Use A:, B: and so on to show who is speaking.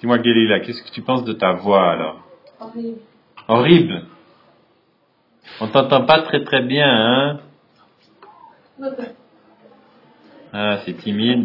A: Dis-moi, Galila, qu'est-ce que tu penses de ta voix alors
B: Horrible.
A: Horrible On t'entend pas très très bien, hein
B: D'accord.
A: Ah, c'est timide.